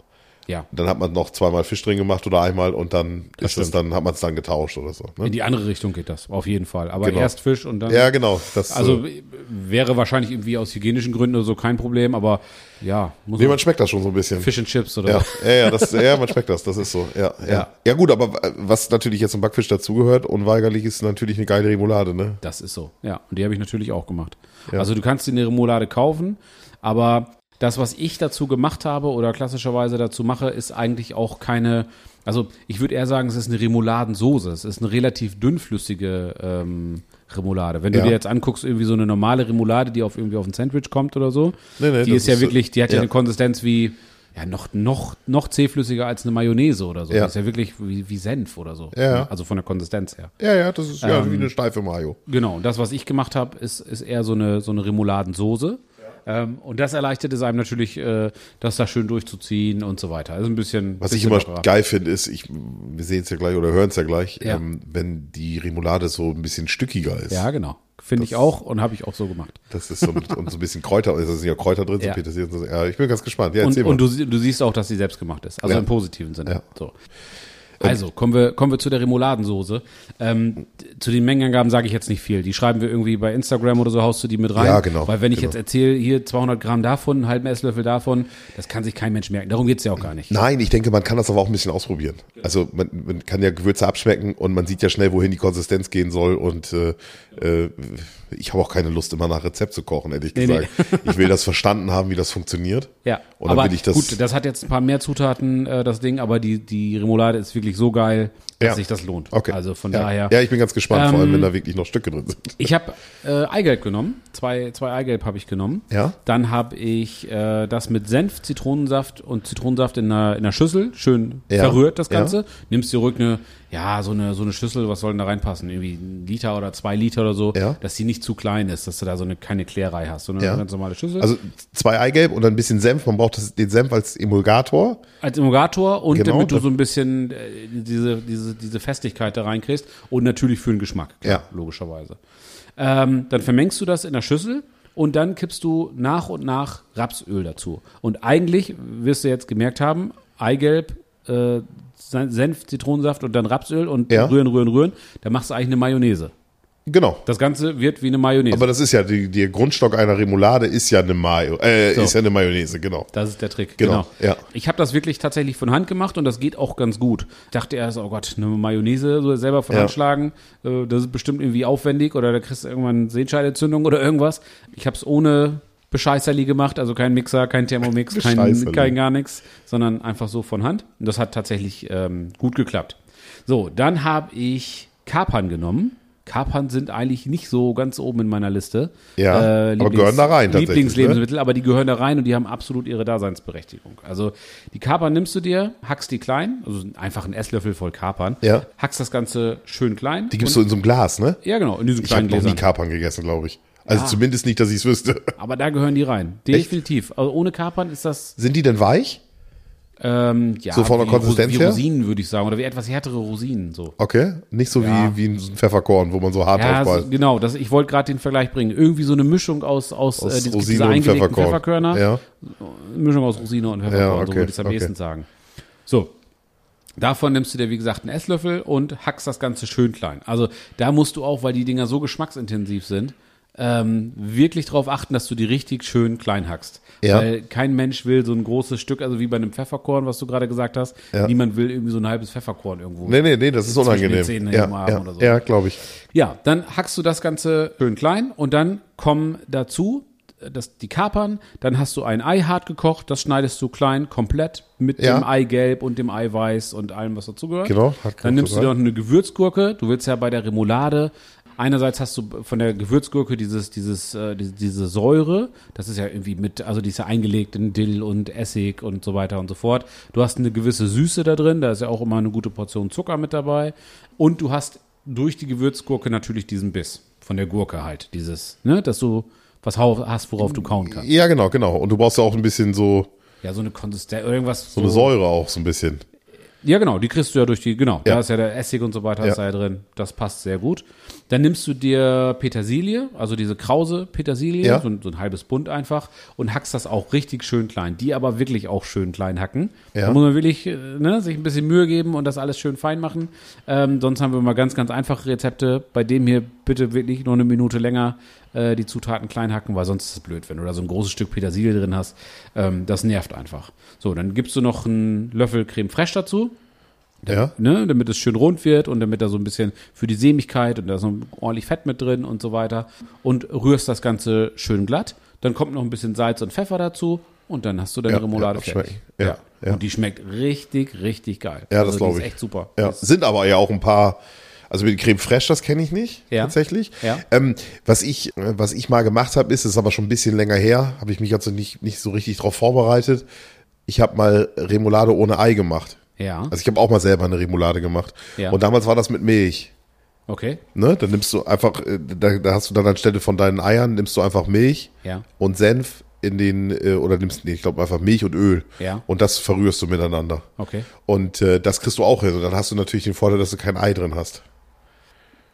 Speaker 1: Ja.
Speaker 2: Dann hat man noch zweimal Fisch drin gemacht oder einmal und dann ist das
Speaker 1: stimmt.
Speaker 2: dann, hat man es dann getauscht oder so.
Speaker 1: In
Speaker 2: Ne?
Speaker 1: die andere Richtung geht das, auf jeden Fall. Aber
Speaker 2: Genau.
Speaker 1: erst Fisch und dann.
Speaker 2: Ja, genau. Das,
Speaker 1: Also
Speaker 2: äh,
Speaker 1: äh, wäre wahrscheinlich irgendwie aus hygienischen Gründen oder so kein Problem, aber ja, muss
Speaker 2: nee,
Speaker 1: man
Speaker 2: man schmeckt das schon so ein bisschen.
Speaker 1: Fish and Chips oder
Speaker 2: Ja,
Speaker 1: so.
Speaker 2: ja, ja, das, ja, man schmeckt das, das ist so. Ja, ja.
Speaker 1: Ja.
Speaker 2: ja. gut, aber äh, was natürlich jetzt zum Backfisch dazugehört, unweigerlich ist natürlich eine geile Remoulade, ne?
Speaker 1: Das ist so. Ja, und die habe ich natürlich auch gemacht. Also du kannst dir eine Remoulade kaufen, aber das, was ich dazu gemacht habe oder klassischerweise dazu mache, ist eigentlich auch keine. Also ich würde eher sagen, es ist eine Remouladensoße. Es ist eine relativ dünnflüssige ähm, Remoulade. Wenn du
Speaker 2: Ja.
Speaker 1: dir jetzt anguckst, irgendwie so eine normale Remoulade, die auf irgendwie auf ein Sandwich kommt oder so,
Speaker 2: Nee, nee,
Speaker 1: die
Speaker 2: das
Speaker 1: ist ja
Speaker 2: ist, äh,
Speaker 1: wirklich, die hat ja,
Speaker 2: ja.
Speaker 1: eine Konsistenz wie ja noch noch noch zähflüssiger als eine Mayonnaise oder so.
Speaker 2: Ja.
Speaker 1: Die ist ja wirklich wie, wie Senf oder so.
Speaker 2: Ja.
Speaker 1: Also von der Konsistenz her.
Speaker 2: Ja, ja, das ist ja wie eine steife Mayo.
Speaker 1: Genau, und das, was ich gemacht habe, ist, ist eher so eine, so eine Remouladensoße. Ähm, und das erleichtert es einem natürlich, äh, das da schön durchzuziehen und so weiter. Also ein bisschen.
Speaker 2: Was ich
Speaker 1: bisschen
Speaker 2: immer
Speaker 1: lockerer.
Speaker 2: geil finde, ist, ich, wir sehen es ja gleich oder hören es ja gleich,
Speaker 1: Ja.
Speaker 2: Ähm, wenn die Remoulade so ein bisschen stückiger ist.
Speaker 1: Ja, genau. Finde ich auch und habe ich auch so gemacht.
Speaker 2: Das ist so, mit- und so ein bisschen Kräuter, also da sind ja Kräuter drin,
Speaker 1: Ja.
Speaker 2: so Petersilie und so. Ja, ich bin ganz gespannt. Ja,
Speaker 1: Und,
Speaker 2: erzähl
Speaker 1: und
Speaker 2: mal.
Speaker 1: du, sie- du siehst auch, dass sie selbst gemacht ist. Also
Speaker 2: Ja.
Speaker 1: im positiven Sinne.
Speaker 2: Ja.
Speaker 1: So. Also, kommen wir, kommen wir zu der Remouladensoße. Ähm, d- zu den Mengenangaben sage ich jetzt nicht viel. Die schreiben wir irgendwie bei Instagram oder so, haust du die mit rein.
Speaker 2: Ja, genau,
Speaker 1: Weil wenn ich
Speaker 2: genau.
Speaker 1: jetzt erzähle, hier 200 Gramm davon, einen halben Esslöffel davon, das kann sich kein Mensch merken. Darum geht's ja auch gar nicht.
Speaker 2: Nein, ich denke, man kann das aber auch ein bisschen ausprobieren. Also man, man kann ja Gewürze abschmecken und man sieht ja schnell, wohin die Konsistenz gehen soll. Und äh, äh, ich habe auch keine Lust, immer nach Rezept zu kochen, ehrlich
Speaker 1: Nee,
Speaker 2: gesagt. Ich will das verstanden haben, wie das funktioniert.
Speaker 1: Ja,
Speaker 2: Und dann
Speaker 1: aber
Speaker 2: will ich das.
Speaker 1: gut, das hat jetzt ein paar mehr Zutaten, äh, das Ding, aber die, die Remoulade ist wirklich so geil, dass
Speaker 2: Ja.
Speaker 1: sich das lohnt.
Speaker 2: okay.
Speaker 1: Also von
Speaker 2: ja.
Speaker 1: daher. ähm,
Speaker 2: Ja, ich bin ganz gespannt, vor allem wenn da wirklich noch Stücke drin sind.
Speaker 1: Ich habe äh, Eigelb genommen, zwei, zwei Eigelb habe ich genommen.
Speaker 2: Ja.
Speaker 1: Dann habe ich äh, das mit Senf, Zitronensaft und Zitronensaft in einer, in einer Schüssel, schön
Speaker 2: Ja.
Speaker 1: verrührt das
Speaker 2: Ja.
Speaker 1: Ganze. Nimmst dir ruhig eine, ja, so eine, so eine Schüssel, was soll denn da reinpassen? Irgendwie ein Liter oder zwei Liter oder so,
Speaker 2: Ja.
Speaker 1: dass die nicht zu klein ist, dass du da so eine keine Klärei hast, sondern
Speaker 2: Ja.
Speaker 1: eine ganz normale Schüssel.
Speaker 2: Also zwei Eigelb und dann ein bisschen Senf. Man braucht das, den Senf als Emulgator.
Speaker 1: Als Emulgator und
Speaker 2: Genau,
Speaker 1: damit du
Speaker 2: das-
Speaker 1: so ein bisschen äh, diese, diese, diese Festigkeit da reinkriegst und natürlich für den Geschmack,
Speaker 2: Ja.
Speaker 1: logischerweise. Ähm, dann vermengst du das in der Schüssel Und dann kippst du nach und nach Rapsöl dazu. Und eigentlich wirst du jetzt gemerkt haben, Eigelb, äh, Senf, Zitronensaft und dann Rapsöl und
Speaker 2: Ja.
Speaker 1: rühren, rühren, rühren. Da machst du eigentlich eine Mayonnaise.
Speaker 2: Genau.
Speaker 1: Das Ganze wird wie eine Mayonnaise.
Speaker 2: Aber das ist ja, die, der Grundstock einer Remoulade ist ja eine Mayo, äh,
Speaker 1: So.
Speaker 2: ist ja eine Mayonnaise, genau.
Speaker 1: Das ist der Trick.
Speaker 2: Genau,
Speaker 1: Genau.
Speaker 2: ja.
Speaker 1: Ich habe das wirklich tatsächlich von Hand gemacht und das geht auch ganz gut. Ich dachte erst, oh Gott, eine Mayonnaise so selber von
Speaker 2: Ja.
Speaker 1: Hand schlagen, äh, das ist bestimmt irgendwie aufwendig oder da kriegst du irgendwann Sehenscheidentzündung oder irgendwas. Ich habe es ohne Bescheißerli gemacht, also kein Mixer, kein Thermomix, kein,
Speaker 2: Bescheißerli.
Speaker 1: kein gar nichts, sondern einfach so von Hand. Und das hat tatsächlich ähm, gut geklappt. So, dann habe ich Kapern genommen. Kapern sind eigentlich nicht so ganz oben in meiner Liste. Äh,
Speaker 2: Ja, aber
Speaker 1: Lieblings-
Speaker 2: gehören da rein tatsächlich,
Speaker 1: Lieblingslebensmittel.
Speaker 2: ne?
Speaker 1: Lebensmittel, aber die gehören da rein und die haben absolut ihre Daseinsberechtigung. Also die Kapern nimmst du dir, hackst die klein, also einfach einen Esslöffel voll Kapern,
Speaker 2: Ja.
Speaker 1: hackst das Ganze schön klein.
Speaker 2: Die gibst du in so einem Glas, ne?
Speaker 1: ja, genau, in diesen
Speaker 2: Ich habe
Speaker 1: kleinen
Speaker 2: noch nie
Speaker 1: Gläsern.
Speaker 2: Kapern gegessen, glaube ich. Also zumindest nicht, dass ich es wüsste.
Speaker 1: Aber da gehören die rein. Definitiv. Also ohne Kapern ist das,
Speaker 2: Sind die denn weich?
Speaker 1: ähm, ja,
Speaker 2: So von der
Speaker 1: wie,
Speaker 2: Konsistenz
Speaker 1: Ros- wie
Speaker 2: her?
Speaker 1: Rosinen, würde ich sagen, oder wie etwas härtere Rosinen, so.
Speaker 2: Okay. Nicht so
Speaker 1: Ja.
Speaker 2: wie, wie ein Pfefferkorn, wo man so hart
Speaker 1: Ja,
Speaker 2: drauf
Speaker 1: so,
Speaker 2: beißt.
Speaker 1: genau. Das, ich wollte gerade den Vergleich bringen. Irgendwie so eine Mischung aus, aus, äh,
Speaker 2: Aus
Speaker 1: diese- diese
Speaker 2: Rosine und
Speaker 1: eingelegten
Speaker 2: Pfefferkorn.
Speaker 1: Pfefferkörner.
Speaker 2: Ja.
Speaker 1: Mischung aus Rosine und Pfefferkorn,
Speaker 2: Ja, okay,
Speaker 1: so würde ich es am
Speaker 2: okay.
Speaker 1: ehesten sagen. So. Davon nimmst du dir, wie gesagt, einen Esslöffel und hackst das Ganze schön klein. Also da musst du auch, weil die Dinger so geschmacksintensiv sind, ähm, wirklich darauf achten, dass du die richtig schön klein hackst.
Speaker 2: Ja.
Speaker 1: Weil kein Mensch will so ein großes Stück, also wie bei einem Pfefferkorn, was du gerade gesagt hast.
Speaker 2: Ja.
Speaker 1: Niemand will irgendwie so ein halbes Pfefferkorn irgendwo.
Speaker 2: Nee, nee, nee, das ist
Speaker 1: Zwischen den
Speaker 2: unangenehm.
Speaker 1: Zähnen im
Speaker 2: ja,
Speaker 1: Arm
Speaker 2: ja,
Speaker 1: oder so.
Speaker 2: ja glaube ich.
Speaker 1: Ja, dann hackst du das Ganze schön klein und dann kommen dazu äh, das, die Kapern. Dann hast du ein Ei hart gekocht, das schneidest du klein, komplett mit
Speaker 2: Ja.
Speaker 1: dem Eigelb und dem Eiweiß und allem, was dazugehört.
Speaker 2: Genau, hart gekocht,
Speaker 1: Dann nimmst du dir
Speaker 2: oder?
Speaker 1: noch eine Gewürzgurke. Du willst ja bei der Remoulade. Einerseits hast du von der Gewürzgurke dieses, dieses, äh, diese, diese Säure, das ist ja irgendwie mit, also die ist ja eingelegt in Dill und Essig und so weiter und so fort. Du hast eine gewisse Süße da drin, da ist ja auch immer eine gute Portion Zucker mit dabei. Und du hast durch die Gewürzgurke natürlich diesen Biss von der Gurke halt, dieses, ne, dass du was hau- hast, worauf du kauen kannst.
Speaker 2: Ja, genau, genau. Und du brauchst ja auch ein bisschen so,
Speaker 1: Ja, so eine Konsistenz, irgendwas.
Speaker 2: so eine Säure auch so ein bisschen.
Speaker 1: Ja, genau, die kriegst du ja durch die, genau,
Speaker 2: Ja.
Speaker 1: da ist ja der Essig und so weiter
Speaker 2: Ja.
Speaker 1: ist da ja drin. Das passt sehr gut. Dann nimmst du dir Petersilie, also diese krause Petersilie,
Speaker 2: Ja.
Speaker 1: so, ein, so ein halbes Bund einfach, und hackst das auch richtig schön klein. Die aber wirklich auch schön klein hacken.
Speaker 2: Ja.
Speaker 1: Da muss man wirklich äh, ne, sich ein bisschen Mühe geben und das alles schön fein machen. Ähm, sonst haben wir mal ganz, ganz einfache Rezepte. Bei dem hier bitte wirklich nur eine Minute länger äh, die Zutaten klein hacken, weil sonst ist es blöd, wenn du da so ein großes Stück Petersilie drin hast. Ähm, das nervt einfach. So, dann gibst du noch einen Löffel Creme Fraiche dazu
Speaker 2: Ja.
Speaker 1: ne, damit es schön rund wird und damit da so ein bisschen für die Sämigkeit und da ist noch ordentlich Fett mit drin und so weiter und rührst das Ganze schön glatt. Dann kommt noch ein bisschen Salz und Pfeffer dazu und dann hast du deine
Speaker 2: Ja,
Speaker 1: Remoulade
Speaker 2: ja,
Speaker 1: fertig.
Speaker 2: schmeckt. Ja, ja.
Speaker 1: Und die schmeckt richtig, richtig geil.
Speaker 2: Ja,
Speaker 1: Also
Speaker 2: das
Speaker 1: die
Speaker 2: glaube
Speaker 1: ist
Speaker 2: ich.
Speaker 1: echt super.
Speaker 2: Ja. Sind aber ja auch ein paar. Also mit Creme Fraiche, das kenne ich nicht,
Speaker 1: Ja.
Speaker 2: tatsächlich.
Speaker 1: Ja.
Speaker 2: Ähm, was, ich, äh, was ich mal gemacht habe, ist, ist aber schon ein bisschen länger her, habe ich mich jetzt also nicht, nicht so richtig drauf vorbereitet. Ich habe mal Remoulade ohne Ei gemacht.
Speaker 1: Ja,
Speaker 2: Also ich habe auch mal selber eine Remoulade gemacht.
Speaker 1: Ja.
Speaker 2: Und damals war das mit Milch.
Speaker 1: okay.
Speaker 2: Ne? Dann nimmst du einfach, äh, da, da hast du dann anstelle von deinen Eiern, nimmst du einfach Milch
Speaker 1: Ja.
Speaker 2: und Senf in den, äh, oder nimmst, nee, ich glaube einfach Milch und Öl.
Speaker 1: Ja.
Speaker 2: Und das verrührst du miteinander.
Speaker 1: Okay.
Speaker 2: Und äh, das kriegst du auch hin. Und dann hast du natürlich den Vorteil, dass du kein Ei drin hast.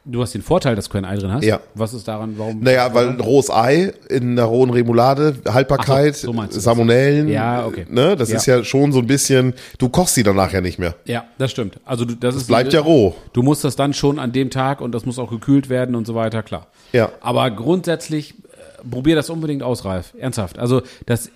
Speaker 1: Du hast den Vorteil, dass du kein Ei drin hast.
Speaker 2: Ja.
Speaker 1: Was ist daran, warum?
Speaker 2: Naja, weil ein rohes Ei in einer rohen Remoulade, Haltbarkeit,
Speaker 1: Ach so, so meinst du das.
Speaker 2: Salmonellen,
Speaker 1: Ja, okay.
Speaker 2: ne, das
Speaker 1: Ja.
Speaker 2: ist ja schon so ein bisschen, du kochst sie danach ja nicht mehr.
Speaker 1: Ja, das stimmt. Also du, das, ist
Speaker 2: Bleibt ja roh.
Speaker 1: Du musst das dann schon an dem Tag und das muss auch gekühlt werden und so weiter, klar.
Speaker 2: Ja.
Speaker 1: Aber grundsätzlich äh, probier das unbedingt aus, Ralf. Ernsthaft. Also das,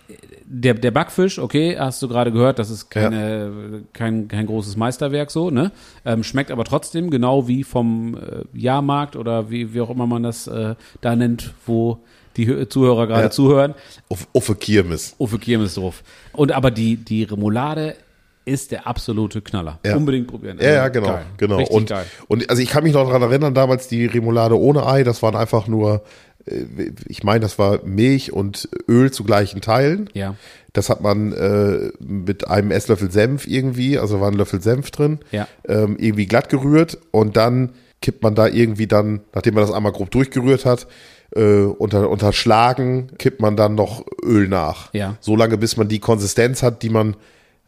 Speaker 1: der, der Backfisch, okay, hast du gerade gehört, das ist keine, kein, kein großes Meisterwerk so, ne? Ähm, schmeckt aber trotzdem genau wie vom äh, Jahrmarkt oder wie, wie auch immer man das äh, da nennt, wo die Hö- Zuhörer gerade
Speaker 2: Ja.
Speaker 1: zuhören.
Speaker 2: Auf, auf der Kirmes.
Speaker 1: Uwe Kirmes ist drauf. Und aber die, die Remoulade ist der absolute Knaller.
Speaker 2: Ja.
Speaker 1: Unbedingt probieren.
Speaker 2: Ja,
Speaker 1: Also
Speaker 2: ja, genau,
Speaker 1: geil.
Speaker 2: genau.
Speaker 1: Richtig
Speaker 2: und,
Speaker 1: geil.
Speaker 2: und also ich kann mich noch daran erinnern, damals die Remoulade ohne Ei, das waren einfach nur, äh, ich meine, das war Milch und Öl zu gleichen Teilen.
Speaker 1: Ja.
Speaker 2: Das hat man äh, mit einem Esslöffel Senf irgendwie, also war ein Löffel Senf drin,
Speaker 1: Ja.
Speaker 2: ähm, irgendwie glatt gerührt und dann kippt man da irgendwie dann, nachdem man das einmal grob durchgerührt hat, äh, unter, unter Schlagen kippt man dann noch Öl nach.
Speaker 1: Ja.
Speaker 2: So lange, bis man die Konsistenz hat, die man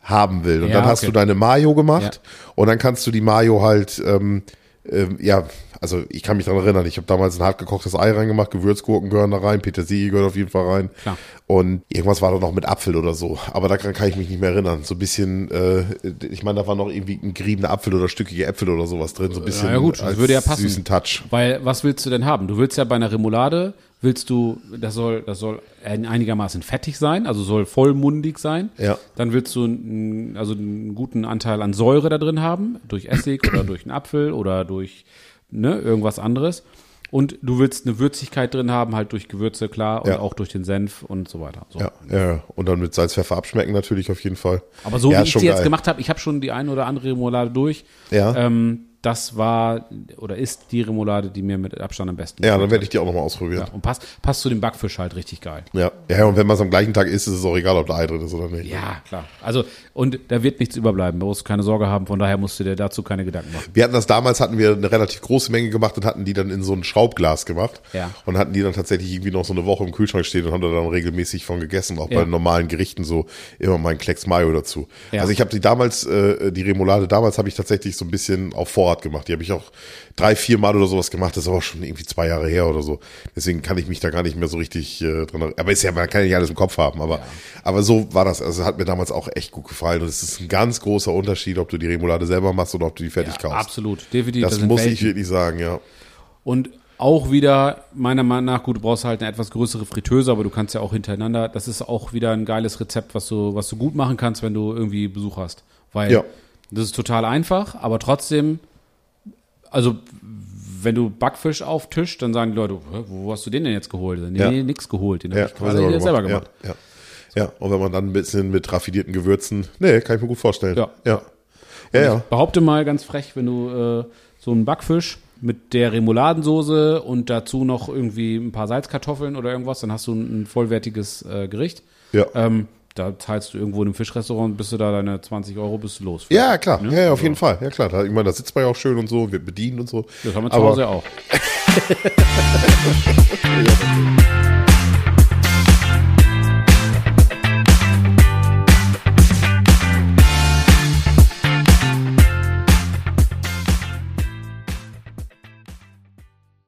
Speaker 2: haben will. Und
Speaker 1: Ja,
Speaker 2: dann hast
Speaker 1: okay.
Speaker 2: du deine Mayo gemacht und dann kannst du die Mayo halt ähm, ähm, ja, also ich kann mich daran erinnern, ich habe damals ein hart gekochtes Ei reingemacht, Gewürzgurken gehören da rein, Petersilie gehört auf jeden Fall rein.
Speaker 1: Klar.
Speaker 2: Und irgendwas war da noch mit Apfel oder so. Aber daran kann ich mich nicht mehr erinnern. So ein bisschen, äh, ich meine, da war noch irgendwie ein geriebener Apfel oder stückige Äpfel oder sowas drin. So ein bisschen
Speaker 1: ja gut, das
Speaker 2: als
Speaker 1: würde ja passen.
Speaker 2: süßen Touch.
Speaker 1: Weil was willst du denn haben? Du willst ja bei einer Remoulade, willst du, das soll, das soll ein- einigermaßen fettig sein, also soll vollmundig sein.
Speaker 2: Ja.
Speaker 1: Dann willst du einen, also einen guten Anteil an Säure da drin haben, durch Essig oder durch einen Apfel oder durch ne, irgendwas anderes. Und du willst eine Würzigkeit drin haben, halt durch Gewürze, klar, und
Speaker 2: Ja.
Speaker 1: auch durch den Senf und so weiter. So.
Speaker 2: Ja, ja, und dann mit Salz, Pfeffer abschmecken natürlich auf jeden Fall.
Speaker 1: Aber so
Speaker 2: ja,
Speaker 1: wie
Speaker 2: ist
Speaker 1: ich
Speaker 2: schon
Speaker 1: sie jetzt
Speaker 2: geil.
Speaker 1: gemacht habe, ich habe schon die eine oder andere Remoulade durch.
Speaker 2: Ja.
Speaker 1: Ähm, das war oder ist die Remoulade, die mir mit Abstand am besten
Speaker 2: Ja,
Speaker 1: geschmeckt
Speaker 2: dann
Speaker 1: hat.
Speaker 2: werde ich die auch nochmal ausprobieren.
Speaker 1: Und passt, passt zu dem Backfisch halt richtig geil.
Speaker 2: Ja. ja, und wenn man es am gleichen Tag isst, ist es auch egal, ob da Ei drin ist oder nicht.
Speaker 1: Ja, klar. Also, und da wird nichts überbleiben. Da musst du keine Sorge haben. Von daher musst du dir dazu keine Gedanken machen.
Speaker 2: Wir hatten das damals, hatten wir eine relativ große Menge gemacht und hatten die dann in so ein Schraubglas gemacht.
Speaker 1: Ja.
Speaker 2: Und hatten die dann tatsächlich irgendwie noch so eine Woche im Kühlschrank stehen und haben da dann regelmäßig von gegessen, auch
Speaker 1: Ja.
Speaker 2: bei normalen Gerichten so immer mal ein Klecks Mayo dazu.
Speaker 1: Ja.
Speaker 2: Also ich habe die damals, äh, die Remoulade damals habe ich tatsächlich so ein bisschen auf Vorrat gemacht. Die habe ich auch drei, vier Mal oder sowas gemacht. Das ist aber schon irgendwie zwei Jahre her oder so. Deswegen kann ich mich da gar nicht mehr so richtig äh, dran erinnern. Aber ist ja, man kann ja nicht alles im Kopf haben. Aber, aber so war das. Also hat mir damals auch echt gut gefallen. Und es ist ein ganz großer Unterschied, ob du die Remoulade selber machst oder ob du die fertig kaufst.
Speaker 1: Absolut, definitiv.
Speaker 2: Das
Speaker 1: da sind
Speaker 2: muss
Speaker 1: Welten.
Speaker 2: ich wirklich sagen, ja.
Speaker 1: Und auch wieder, meiner Meinung nach, gut, du brauchst halt eine etwas größere Fritteuse, aber du kannst ja auch hintereinander. Das ist auch wieder ein geiles Rezept, was du, was du gut machen kannst, wenn du irgendwie Besuch hast. Weil
Speaker 2: Ja.
Speaker 1: das ist total einfach, aber trotzdem, also wenn du Backfisch auftischst, dann sagen die Leute, "Hä, wo hast du den denn jetzt geholt? Nee,
Speaker 2: Ja.
Speaker 1: nee nix geholt. Den
Speaker 2: ja
Speaker 1: habe ich quasi selber, selber gemacht.
Speaker 2: Ja, ja. ja, und wenn man dann ein bisschen mit raffinierten Gewürzen, nee, kann ich mir gut vorstellen.
Speaker 1: Ja.
Speaker 2: Ja, ja. ja.
Speaker 1: Behaupte mal ganz frech, wenn du äh, so einen Backfisch mit der Remouladensoße und dazu noch irgendwie ein paar Salzkartoffeln oder irgendwas, dann hast du ein, ein vollwertiges äh, Gericht.
Speaker 2: Ja.
Speaker 1: Ähm, da zahlst du irgendwo in einem Fischrestaurant, bist du da deine 20 Euro, bist du los.
Speaker 2: Ja, klar, ja, ja, auf
Speaker 1: Also,
Speaker 2: jeden Fall. Ja, klar. Da, ich meine, da sitzt man ja auch schön und so, wird bedient und so.
Speaker 1: Das haben wir zu
Speaker 2: Aber-
Speaker 1: Hause ja auch.